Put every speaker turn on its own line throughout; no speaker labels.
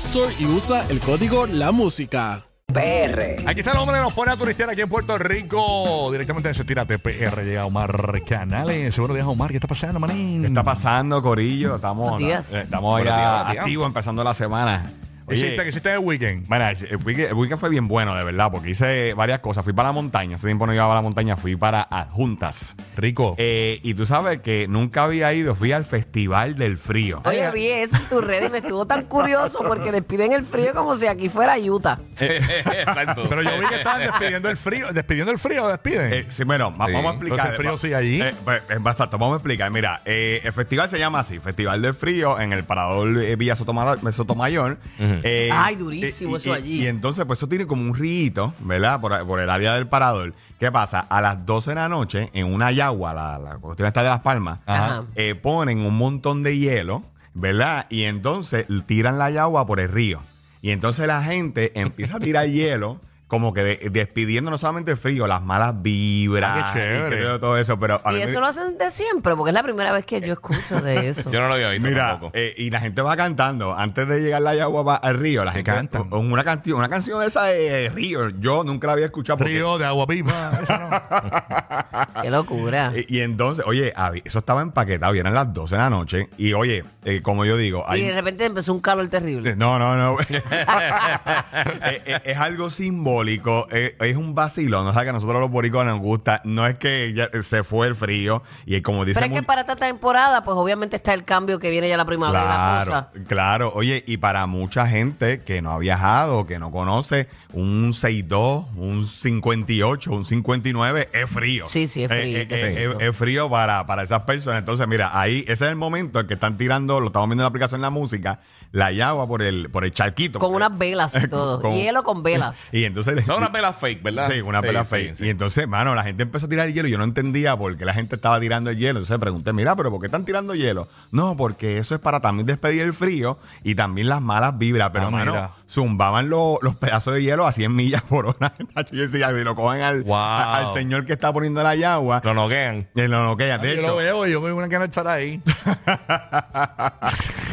Store y usa el código La Música.
PR.
Aquí está el hombre que nos pone a turistear aquí en Puerto Rico. Directamente desde Tírate PR llega Omar Canales. Seguro días, Omar. ¿Qué está pasando, manín?
¿Qué está pasando, Corillo? Estamos,
Buenos días.
eh, estamos
Buenos
ya
días, tío.
activos empezando la semana.
¿Qué hiciste, ¿Qué hiciste de weekend?
bueno, el weekend, el weekend fue bien bueno, de verdad, porque hice varias cosas. Fui para la montaña, hace tiempo no iba a la montaña, fui para adjuntas.
Rico.
Eh, y tú sabes que nunca había ido, fui al Festival del Frío.
Oye, vi eso en tus redes y me estuvo tan curioso porque despiden el frío como si aquí fuera Utah.
Exacto.
Pero yo vi que estaban despidiendo el frío. ¿Despidiendo el frío o despiden?
Eh, sí, bueno, va-
Sí.
vamos a explicar.
Entonces, ¿frío sigue allí?
Eh, pues, eh, exacto, vamos a explicar. Mira, eh, el festival se llama así, Festival del Frío, en el Parador eh, Villa Sotomayor. Sotomayor Eh,
Ay, durísimo
y- y-
eso allí.
Y, entonces, pues eso tiene como un rito, ¿verdad? Por, por el área del Parador. ¿Qué pasa? A las 12 de la noche, en una yagua, la, la cuestión está de Las Palmas,
Ajá.
eh, ponen un montón de hielo, ¿verdad? Y entonces tiran la yagua por el río. Y entonces la gente empieza a tirar hielo, como que de- despidiendo no solamente el frío, las malas vibras.
Ah, qué chévere.
y que todo eso, pero a
Y
mí
eso
me-
lo hacen de siempre porque es la primera vez que yo escucho de eso.
Yo no lo había visto
Mira,
tampoco.
eh, y la gente va cantando. Antes de llegar la yagua va al río, la gente
cantan.
o- Una, canción, una canción de esa de eh, río. Yo nunca la había escuchado. porque-
Río de agua viva. Eso no.
Qué locura.
Eh, Y, y entonces, oye, había- eso estaba empaquetado y eran las 12 de la noche. Y oye, eh, como yo digo,
Y
hay-
de repente empezó un calor terrible.
No, no, no. Eh, eh, es algo simbólico, eh, es un vacilo. No sabes que a nosotros los boricos nos gusta. No es que ya se fue el frío y eh, como dice
Pero es que para esta temporada, pues obviamente está el cambio que viene ya la primavera. la
Claro,
cosa.
claro. Oye, y para mucha gente que no ha viajado, que no conoce, un 62, un 58, un 59 es frío.
Sí, sí, es frío,
Eh, eh,
es
eh,
frío.
es- es frío para, para esas personas. Entonces, mira, ahí ese es el momento en que están tirando, lo estamos viendo en la aplicación la música, la yagua por el, por el charquito.
Con unas velas y todo.
Con-
Hielo con velas.
Y entonces...
Son unas velas fake, ¿verdad?
Sí, una pela fake. Y entonces, mano, la gente empezó a tirar el hielo. Yo no entendía por qué la gente estaba tirando el hielo. Entonces pregunté, mira, pero ¿por qué están tirando hielo? No, porque eso es para también despedir el frío y también las malas vibras. Pero,
Ah,
mano,
mira.
zumbaban lo- los pedazos de hielo a 100 millas por hora. Tacho, Yo decía, si lo cogen al,
Wow. Ah,
a- al señor que está poniendo la yagua,
Lo noquean.
eh, lo noquean. De
yo
hecho,
lo veo y yo veo una gana de estar ahí.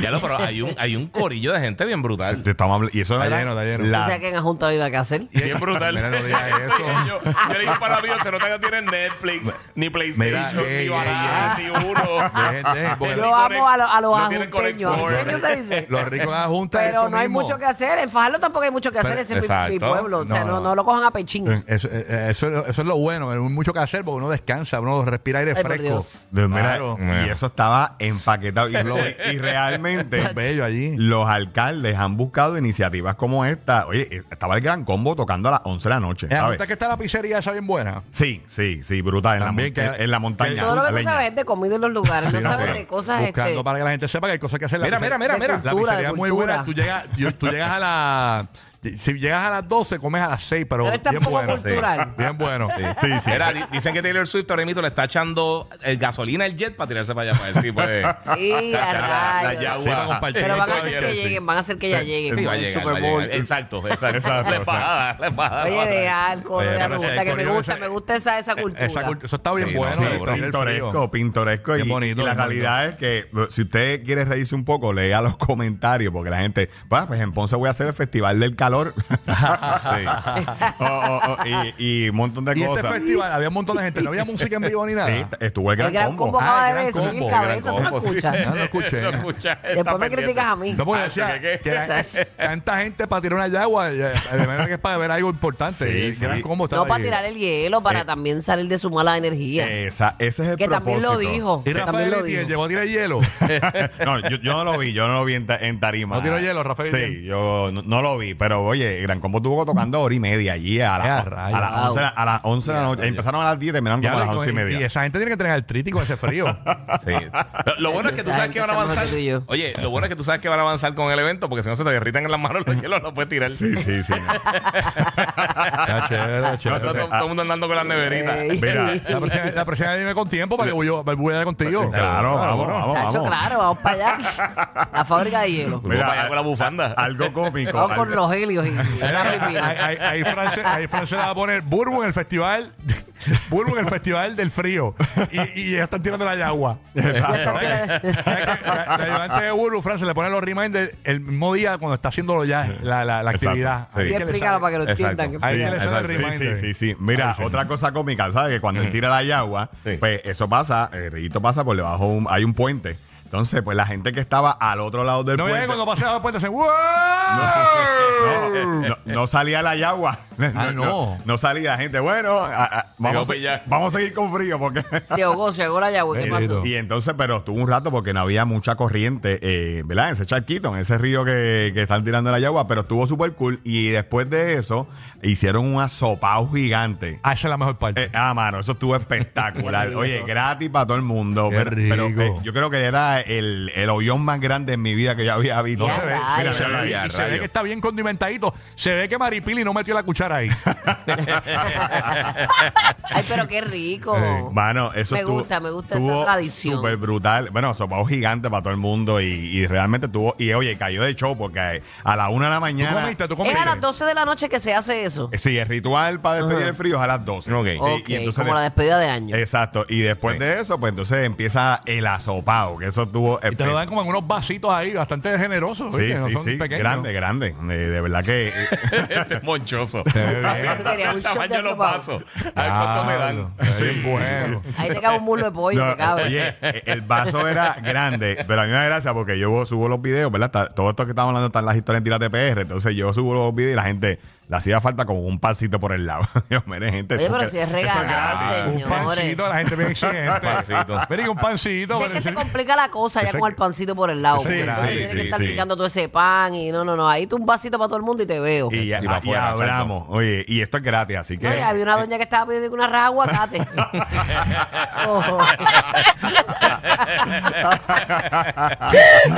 Ya lo, pero hay un, hay un corillo de gente bien brutal.
te estamos habl- y eso
Está
era
lleno, está lleno.
O
la-
sea que en la Junta no hay nada que hacer.
Bien brutal.
Mira, no digas eso.
Yo, yo le digo para mí, se nota que tienen Netflix, ni
mira,
PlayStation,
ey,
ni Bará,
ey,
ni uno.
Dejen, dejen, porque
Yo amo a, lo- a los
No tienen Connect
ajunteños.
Four.
Ajunteños se dice.
Los ricos de la junta
Pero
eso
no hay
mismo.
mucho que hacer. En Fajardo tampoco hay mucho que hacer.
Pero-
Ese es mi- mi,
exacto.
pueblo. O sea,
No,
no,
no.
no lo cojan a pechín.
Eso, eh, eso, es lo- eso es lo bueno, no hay mucho que hacer porque uno descansa, uno respira aire
Ay, por
fresco.
Dios.
de- mira, eh,
Claro.
Y eso estaba empaquetado. Y, y- y realmente.
Es bello allí.
Los alcaldes han buscado iniciativas como esta. Oye, eh, estaba el gran combo tocando a las 11 de la noche.
La
¿sabes?
junta que está la pizzería esa bien buena.
Sí, sí, sí, brutal. En,
También
la, mon-
que-
en la montaña.
que-
Todo lo que tú
leña.
sabes es de comida en los lugares, no
Sí, no,
sabes
pero
de cosas
Buscando
este,
para que la gente sepa que hay cosas que hacer. La
Mira,
pizzería-
mira, mira,
de
mira.
La
cultura,
pizzería
de
es muy
cultura.
buena. Tú llegas, yo- tú llegas a la. Si llegas a las 12, comes a las 6, pero.
Pero está
bien
poco
bueno.
cultural.
Bien bueno.
Sí, sí.
Era, di- dicen que Taylor Swift ahora mismo le está echando el gasolina al jet para tirarse para allá para ver si puede.
Y a
La- la
rayos.
yagua.
Sí, para compartir.
Pero van a
Todavía
hacer
no,
que
sí.
lleguen, van a hacer que ella llegue
Sí,
con
va a
el
llegar, va a
Super Bowl.
llegar. Exacto, exacto. exacto. La embajada, la embajada.
Oye, de alcohol,
Pero
de la
no sé,
ruta, que me
corrido
gusta,
esa-
me gusta esa, esa cultura.
Esa cult- eso está bien
Sí,
bueno.
no,
de
sí,
tener el
pintoresco,
frío.
pintoresco.
Qué
y,
bonito,
y la
qué bonito.
realidad es que eh, si usted quiere reírse un poco, lea los comentarios, porque la gente, "Ah, pues en Ponce voy a hacer el Festival del Calor. O- o- o- y, y un montón de
Y este
cosas.
festival había un montón de gente. No había música en vivo ni nada.
Sí, estuvo el gran,
el gran combo,
combo.
acaba
Ah,
de
el gran
decir,
combo,
el
cabeza,
gran
tú no
combo, sí.
escuchas.
No lo escuché.
Lo escuché, está
Después me
pendiente.
criticas a mí.
No, porque
Ah,
decía
¿qué, qué?
que era- tanta gente para tirar una yagua, eh, de manera que es para ver algo importante.
Sí,
Y el
sí.
gran combo estaba
No para
ahí.
tirar el hielo, para también salir de su mala energía.
Esa, ese es el
Que también lo
propósito.
dijo.
Y
También
Rafael
lo
Etienne
dijo.
llegó a tirar hielo.
no, yo, yo no lo vi, yo no lo vi en, ta- en tarima.
No tiró hielo, Rafael
Sí,
Etienne.
yo no, no lo vi, pero pero oye, Gran Combo estuvo tocando hora y media allí
Ya,
a, las
rayos.
a las 11, de la- a las 11 de la noche. Empezaron a las 10 y terminaron
Ya,
como a las
y-
11 y
y
media.
esa gente tiene que tener artritis con ese frío.
Sí. Lo, lo bueno es que tú
Esa
sabes que van a
gente está
avanzar.
mejor que tú y yo.
Oye, lo bueno es que tú sabes que van a avanzar con el evento porque si no se te derritan en las manos los hielos, no puedes tirar.
Sí, sí, sí.
Está chévere, está
Todo-
chévere.
todo- todo el mundo andando con las neveritas.
ah, Ey.
Mira,
La presión, la presión dime con tiempo para que voy yo, para que voy a ir contigo.
claro, vamos, vamos,
Tacho,
vamos.
claro, vamos para allá. La fábrica de hielo.
Vamos para
ah,
allá con la bufanda.
Algo cómico.
Vamos con
algo-
Rogelio y, y una piscina.
Ahí- Ahí ahí Francia ahí Francia va a poner Burbu en el festival Burbu en el festival del frío y, y ya están tirando la yagua
Exacto.
¿Sabes qué? ¿Sabes qué? la, la ayudante de Burbu Francia le pone los reminders el mismo día cuando está haciendo los ya- la, la, la
Exacto,
actividad
sí.
Ahí
Sí,
que le
explícalo
sale-
para que lo
Exacto.
entiendan.
ahí
Sí,
que le sale el
exacto. Sí,
reminder
sí, sí, sí. Mira, otra cosa cómica, ¿sabes? Que cuando él tira la yagua,
Sí.
pues eso pasa, el rito pasa por debajo, de un- hay un puente. Entonces, pues la gente que estaba al otro lado del
no
puente.
vean cuando pase la puerta hacen ¡Wow!
no, no salía la yagua.
Ah, no. pues
no. no salía la gente. Bueno, a- a- vamos, a,
pillar.
vamos a seguir con frío porque.
Se ahogó, se ahogó la yagua. ¿Qué
Bendito.
pasó?
Y entonces, pero estuvo un rato porque no había mucha corriente, eh, ¿verdad? En ese charquito, en ese río que, que están tirando la yagua, pero estuvo súper cool. Y después de eso, hicieron un asopao gigante.
Ah, esa es la mejor parte
Eh, ah, mano, eso estuvo espectacular. Oye, gratis para todo el mundo.
Qué
pero pero,
rico.
eh, yo creo que era el, el hoyón más grande en mi vida que yo había visto.
No se ve, Ya,
Mira,
rayos.
se
mira,
ve,
mira.
y se ve que está bien condimentadito. Se ve que Maripili no metió la cuchara ahí.
Ay, pero qué rico.
Eh, Mano,
Oh,
eso
Me
estuvo-
gusta, me gusta esa
estuvo
tradición.
Súper brutal. Bueno, sopao gigante para todo el mundo y, y realmente tuvo. Y oye, cayó de show porque eh, a la una de la
¿Tú
mañana.
comiste? ¿Tú
Es
comiste?
a las 12 de la noche que se hace eso.
Eh, Sí, el ritual para despedir
Ajá.
el frío es a las 12.
Ok.
Y-
ok,
y entonces
como la
de-
despedida de año.
Exacto. Y después
Sí.
de eso, pues entonces empieza el asopao, que eso estuvo.
Y te lo dan como en unos vasitos ahí, bastante generosos.
Sí,
¿viste? no
sí,
son
sí.
pequeños.
Grande, grande. Eh, de verdad que. eh,
este monchoso.
Tú querías un shot
Tamaño
de
de los
sopa.
vasos. A ver cuánto me dan.
Sí, Ah, bueno.
Ahí te cabe un muslo de pollo,
No,
te cabe.
Oye, eh, el vaso era grande, pero a mí me da gracia porque yo subo los videos, ¿verdad? Está- todo esto que estamos hablando están las historias en Tira TPR, entonces yo subo los videos y la gente le hacía falta como un pasito por el lado. Dios, mire, gente.
Oye,
eso
pero
que-
si es
eso
regalado,
gratis.
señor.
Un pancito, la gente bien exigente.
Un pancito.
Mira, y un pancito.
Si es
pero
que se
sí.
complica la cosa ya
Ese-
con el pancito por el lado.
Sí,
porque entonces
sí,
tienes
sí,
que estar
sí.
picando todo ese pan y no, no, no. Ahí tú un vasito para todo el mundo y te veo.
Y,
Y para
y
afuera,
hablamos. Oye, y esto es gratis, así que.
Oye, había una doña que estaba pidiendo una raja de aguacate. Ojo.
Sí, sí,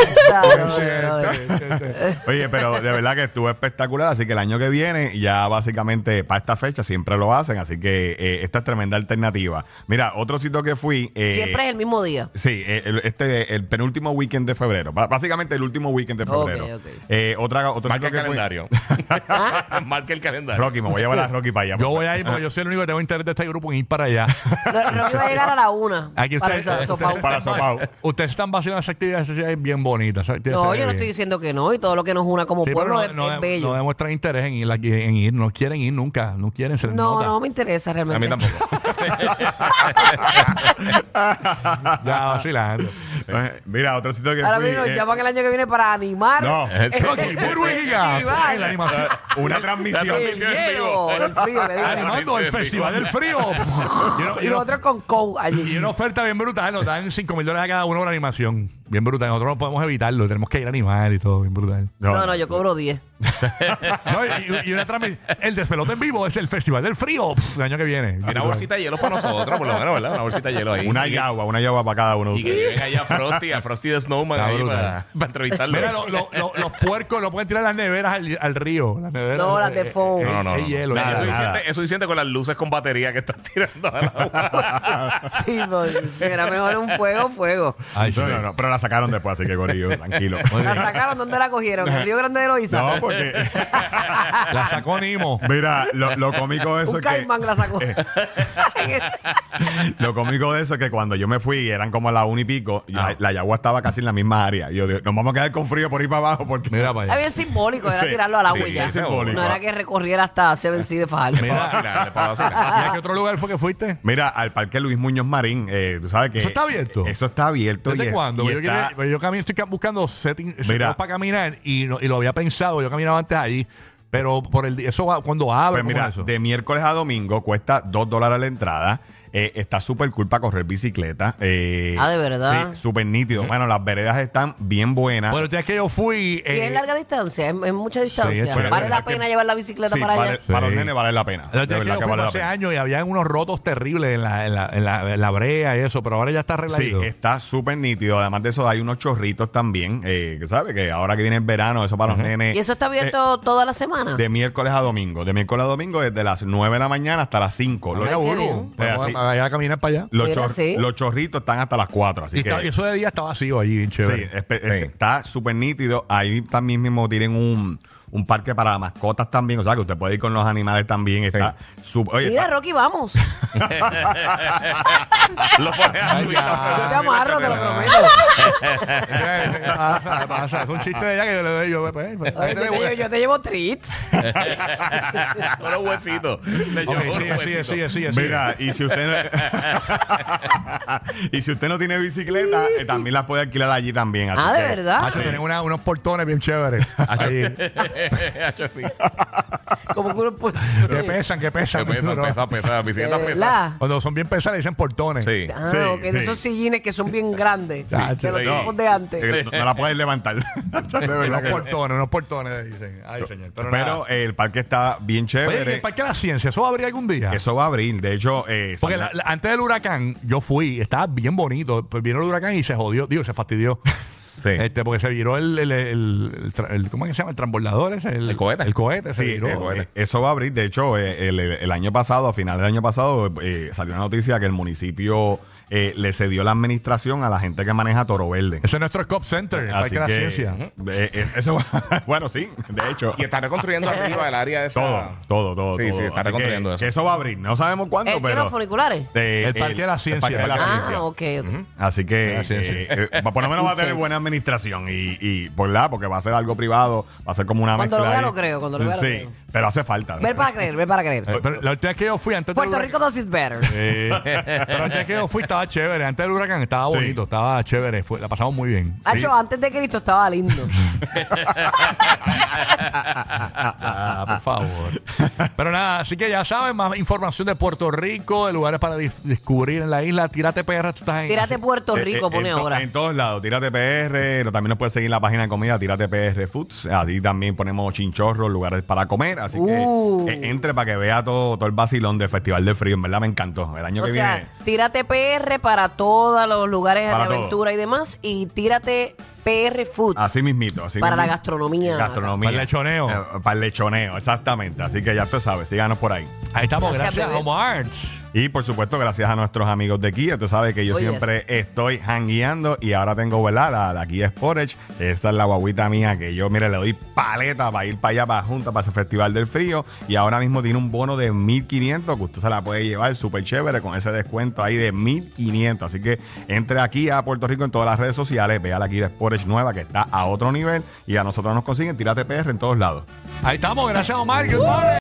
este,
Oye, pero de verdad que estuvo espectacular, así que el año que viene ya básicamente para esta fecha siempre lo hacen, así que eh, esta es tremenda alternativa. Mira, otro sitio que fui... eh,
Siempre es el mismo día.
Sí, eh, el, este, el penúltimo weekend de febrero, Ba- básicamente el último weekend de
Ok,
febrero.
ok.
Eh, otra, otro
Marca
sitio
el
que fui-
calendario. Marca el calendario.
Rocky, me voy a llevar a Rocky para allá.
Yo voy a ir porque yo soy el único que tengo interés de este grupo en ir para allá.
No, no iba a llegar a la una.
Aquí
para
ustedes,
el sopao.
ustedes-
Para Sopao.
Ustedes están vaciando esas actividades sociales bien bonitas. esas actividades
No,
sociales
yo no
bien.
estoy diciendo que no. Y todo lo que nos una como
Sí, pero
pueblo
no,
es,
no
es
de-
bello.
no demuestran interés en ir, aquí- en ir, no quieren ir nunca, no quieren ser
No, no me interesa realmente.
A mí tampoco.
Ya vacilando.
Eh, Mira, otro sitio que
Ahora
fui...
mismo nos
eh,
llaman el año que viene para animar.
no,
Rocky Burbujigas,
festival.
en la animación.
una transmisión.
El hielo, el frío que dicen.
Animando el Festival del Frío. Y una-
Y
y una-
nosotros con Cow
y
allí.
una oferta bien brutal, nos dan 5 mil dólares a cada uno por animación. Bien brutal, nosotros no podemos evitarlo, tenemos que ir a animar y todo, bien brutal.
No, no, yo cobro 10.
No, y, y una transmisión, el despelote en vivo es el Festival del Frío, pf, el año que viene.
Y una bolsita de hielo para nosotros, por lo menos, ¿verdad? Una bolsita de hielo ahí.
Una
Y-
yagua, una yagua para cada uno de
Y que
ustedes.
lleven allá a Frosty, a Frosty de Snowman
Está
ahí
brutal.
para, para entrevistarlo.
Mira, lo- lo- lo- los puercos no pueden tirar las neveras al, al río. Las neveras,
No, las de
eh, eh,
foam.
eh,
no, no, no.
es
no.
hielo,
Nada,
es
es,
hielo.
nada.
suficiente, es suficiente con las luces con batería que estás tirando a la agua.
Sí, pues, era mejor un fuego, fuego.
Ay, sí.
No, no, no, pero la sacaron después, así que gorillo, tranquilo.
¿La sacaron? ¿Dónde la cogieron? ¿El Río Grande de Loiza?
No, porque...
La sacó Nimo.
Mira, lo, lo cómico de eso
un
es que... Eh.
caimán la sacó.
Lo cómico de eso es que cuando yo me fui, eran como las una y pico, y la, la yagua estaba casi en la misma área. Y Yo digo, nos vamos a quedar con frío por ir para abajo porque.
Mira para
Era
allá.
bien simbólico, Pues era
Sí,
tirarlo al agua
sí,
y ya.
es simbólico.
No era que recorriera hasta Seven Seas de Fajardo.
Le puedo vacilar, le puedo vacilar.
¿Y a qué otro lugar fue que fuiste?
Mira, al parque Luis Muñoz Marín, eh, tú sabes que.
¿Eso está abierto?
Eso está abierto. y
¿Desde
es-
cuándo?
y
Yo,
está-
quería- yo camino, estoy ca- buscando setting- settings
Mira.
para caminar y, no- y lo había pensado. Yo caminaba antes allí, pero por el di- eso va- cuando abre.
Pues mira, de miércoles a domingo cuesta 2 dólares la entrada. Eh, está súper cool para correr bicicleta. eh,
Ah, ¿de verdad?
Sí, súper nítido. Bueno, las veredas están bien buenas.
Ah. Bueno, ya que yo fui.
Y es
eh,
larga distancia, es, es mucha distancia.
es chévere.
vale
Es
la
que-
pena llevar la bicicleta
Sí,
para
vale-
allá.
Para
Sí.
los nenes vale la pena.
Los
de
días que
verdad
yo
que
fui
vale la
hace
pena.
años y había unos rotos terribles en la, en la, en la, en la brea y eso, pero ahora ya está
Sí,
arregladito.
está súper nítido. Además de eso, hay unos chorritos también. Eh, que ¿Sabes? Que ahora que viene el verano, eso para los nenes.
Y eso está
eh,
abierto toda la semana.
de miércoles a domingo. De miércoles a domingo, desde las 9 de la mañana hasta las 5.
Ay,
Los,
qué
Mira, Burbu,
bien.
vamos
Eh, así.
a, a caminar para allá.
los
Ah, Mira,
chor-
sí.
los chorritos están hasta las 4. Así
Y
que.
está- eso de día está vacío allí, bien
Sí,
chévere.
espe- eh, está súper nítido. Ahí también mismo tienen un, un parque para mascotas también. O sea, que usted puede ir con los animales también. Está súper. Oye,
Mira,
está-
Rocky, vamos.
Lo pones a
Ay,
subir,
ya.
lo
Ah,
pones a
Yo te
subir,
amarro, te lo
chacho.
prometo.
pasa, pasa. Es un chiste de allá que yo le doy yo. eh, pues, pues,
Oye,
ahí te
yo,
voy.
te, yo te llevo treats.
Unos huesitos. Le
Ok,
llevo
sigue,
unos
sigue,
huesitos.
sigue, sigue, sigue.
Mira, y si usted no, y si usted no tiene bicicleta, eh, también la puede alquilar allí también. así
Ah, de
que-
verdad.
Hacho, tienen una- unos portones bien chéveres. Allí.
Chacho, sí.
Como que uno puede-
que pesan, que
Se
pesan.
pesa,
duro.
pesa, pesa. La
De
bicicleta pesa.
verdad.
Cuando son bien pesadas le dicen portones.
Sí.
Ah,
Sí,
ok, de
sí.
esos sillines que son bien grandes.
Ah,
que los
sí.
tipos de antes.
Eh, no, no la puedes levantar. De verdad
Unos
que-
portones, unos portones le dicen. Ay, señor. Pero,
Pero,
nada.
eh, el parque está
Oye,
bien
¿y
chévere.
el Parque de la Ciencia, ¿eso va a abrir algún día?
Eso va a abrir. De hecho, eh,
Porque
San-
la- la- antes del huracán, yo fui, estaba bien bonito. Pues vino el huracán y se jodió, digo, se fastidió.
Sí.
Este, porque se viró el, el, el- el tra- el- ¿cómo es que se llama? El transbordador ese. El,
El cohete.
El cohete se
Sí,
viró.
eh, eh, eso va a abrir. De hecho, eh, el, el año pasado, a final del año pasado, eh, salió una noticia que el municipio eh, le cedió la administración a la gente que maneja Toro Verde.
Ese es nuestro Cop Center, el Parque
Así
de la
que,
Ciencia.
eh, eh, eso, bueno, sí, de hecho.
Y está reconstruyendo arriba el área de esa...
Todo, todo, todo.
Sí, sí,
todo.
está
Así que-
reconstruyendo eso.
que va a abrir. No sabemos cuándo,
¿El que
pero.
los funiculares?
eh,
El Parque de la Ciencia.
Parque de la
Ah,
Ciencia.
Ah, ok, ok.
Así que,
Ah, sí, sí.
eh, eh, por lo menos va a tener
Chance.
buena administración y, y por la, porque va a ser algo privado, va a ser como una
Cuando lo
mezcla.
vea
ahí.
lo creo, cuando lo vea lo
Sí,
creo.
pero hace falta.
Ver para creer, ver para creer.
Eh, pero la última vez que yo fui antes del
Puerto
huracán-
Rico does it better.
Eh, pero antes que yo fui estaba chévere. Antes del huracán estaba
Sí.
bonito, estaba chévere. fue- la pasamos muy bien.
Hacho, antes de Cristo estaba lindo.
Ah, por favor. Pero nada, así que ya saben, más información de Puerto Rico, de lugares para dis- descubrir en la isla. Tírate PR, tú estás en.
Tírate Puerto
Eh,
Rico,
eh,
pone
en to-
ahora.
En todos lados, Tírate PR, lo- también nos puedes seguir en la página de comida, Tírate PR Foods. Ahí también ponemos chinchorros, lugares para comer. Así
Uh.
que eh, entre para que vea todo, todo el vacilón del Festival del Frío. En verdad me encantó. El año
O
que
sea,
viene.
tírate PR para todos los lugares
Para
de
todo.
aventura y demás. Y tírate PR Food.
Así mismito. Así
Para la
mismito.
gastronomía.
Gastronomía.
Para el lechoneo.
Eh, para el lechoneo, exactamente. Así que ya tú sabes, síganos por ahí.
Ahí estamos,
Gracias,
gracias,
bebé.
Homo Arts.
Y por supuesto, gracias a nuestros amigos de Kia. Tú sabes que yo
Oh, yes.
siempre estoy hangueando y ahora tengo, ¿verdad? La, la Kia Sportage. Esa es la guaguita mía que yo, mire, le doy paleta para ir para allá, para Junta, para ese Festival del Frío. Y ahora mismo tiene un bono de 1500 que usted se la puede llevar súper chévere con ese descuento ahí de 1500. Así que entre aquí a Puerto Rico en todas las redes sociales, vea la Kia Sportage nueva que está a otro nivel y a nosotros nos consiguen. Tírate PR en todos lados.
Ahí estamos, gracias, Omar. Good morning.